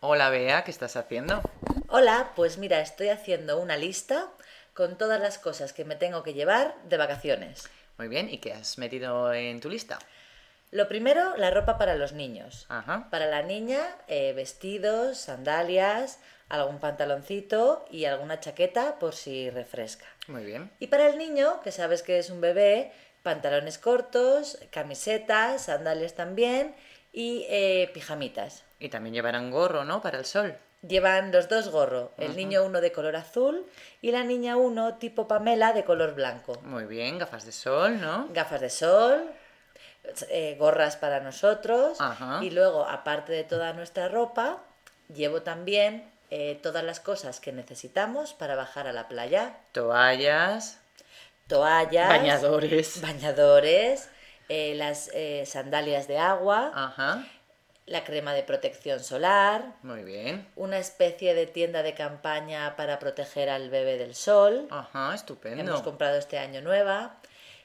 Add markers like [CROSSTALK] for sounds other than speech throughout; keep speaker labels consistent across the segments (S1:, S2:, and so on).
S1: Hola Bea, ¿qué estás haciendo?
S2: Hola, pues mira, estoy haciendo una lista con todas las cosas que me tengo que llevar de vacaciones.
S1: Muy bien, ¿y qué has metido en tu lista?
S2: Lo primero, la ropa para los niños.
S1: Ajá.
S2: Para la niña, eh, vestidos, sandalias, algún pantaloncito y alguna chaqueta por si refresca.
S1: Muy bien.
S2: Y para el niño, que sabes que es un bebé, pantalones cortos, camisetas, sandalias también y eh, pijamitas.
S1: Y también llevarán gorro, ¿no? Para el sol.
S2: Llevan los dos gorro, el niño uno de color azul y la niña uno tipo Pamela de color blanco.
S1: Muy bien, gafas de sol, ¿no?
S2: Gafas de sol, eh, gorras para nosotros
S1: Ajá.
S2: y luego, aparte de toda nuestra ropa, llevo también eh, todas las cosas que necesitamos para bajar a la playa.
S1: Toallas,
S2: Toallas,
S1: bañadores.
S2: bañadores, eh, las eh, sandalias de agua,
S1: Ajá.
S2: la crema de protección solar,
S1: Muy bien.
S2: una especie de tienda de campaña para proteger al bebé del sol.
S1: Ajá,
S2: Hemos
S1: estupendo.
S2: comprado este año nueva.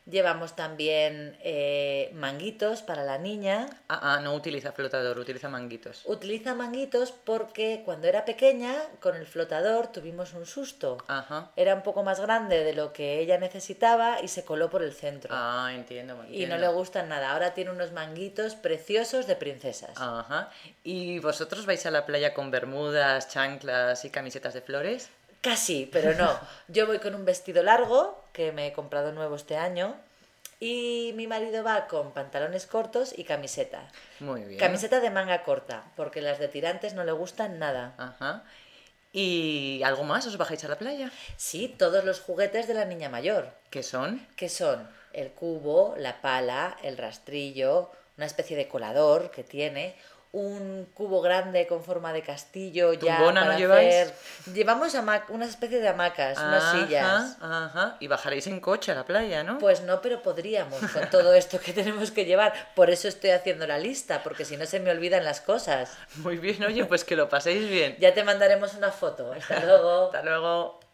S2: Llevamos también eh, manguitos para la niña.
S1: Ah, ah, no utiliza flotador, utiliza manguitos.
S2: Utiliza manguitos porque cuando era pequeña, con el flotador tuvimos un susto.
S1: Ajá.
S2: Era un poco más grande de lo que ella necesitaba y se coló por el centro.
S1: Ah, entiendo, entiendo.
S2: y no le gustan nada. Ahora tiene unos manguitos preciosos de princesas.
S1: Ajá. ¿Y vosotros vais a la playa con bermudas, chanclas y camisetas de flores?
S2: Casi, pero
S1: [LAUGHS]
S2: no. Yo voy con un vestido largo que me he comprado nuevo este año. Y mi marido va con pantalones cortos y camiseta.
S1: Muy bien.
S2: Camiseta de manga corta, porque las de tirantes no le gustan nada.
S1: Ajá. ¿Y algo más? ¿Os bajáis a la playa?
S2: Sí, todos los juguetes de la niña mayor,
S1: ¿Qué son?
S2: que son el cubo, la pala, el rastrillo, una especie de colador que tiene, un cubo grande con forma de castillo ya
S1: ¿Tumbona no
S2: para
S1: lleváis?
S2: hacer... Llevamos hamac- una especie de hamacas, unas sillas.
S1: Ajá, ajá. Y bajaréis en coche a la playa, ¿no?
S2: Pues no, pero podríamos con todo esto que [LAUGHS] tenemos que llevar. Por eso estoy haciendo la lista, porque si no se me olvidan las cosas.
S1: Muy bien, oye, pues que lo paséis bien.
S2: [LAUGHS]
S1: [LAUGHS]
S2: Ya te mandaremos una foto. Hasta luego.
S1: Hasta luego.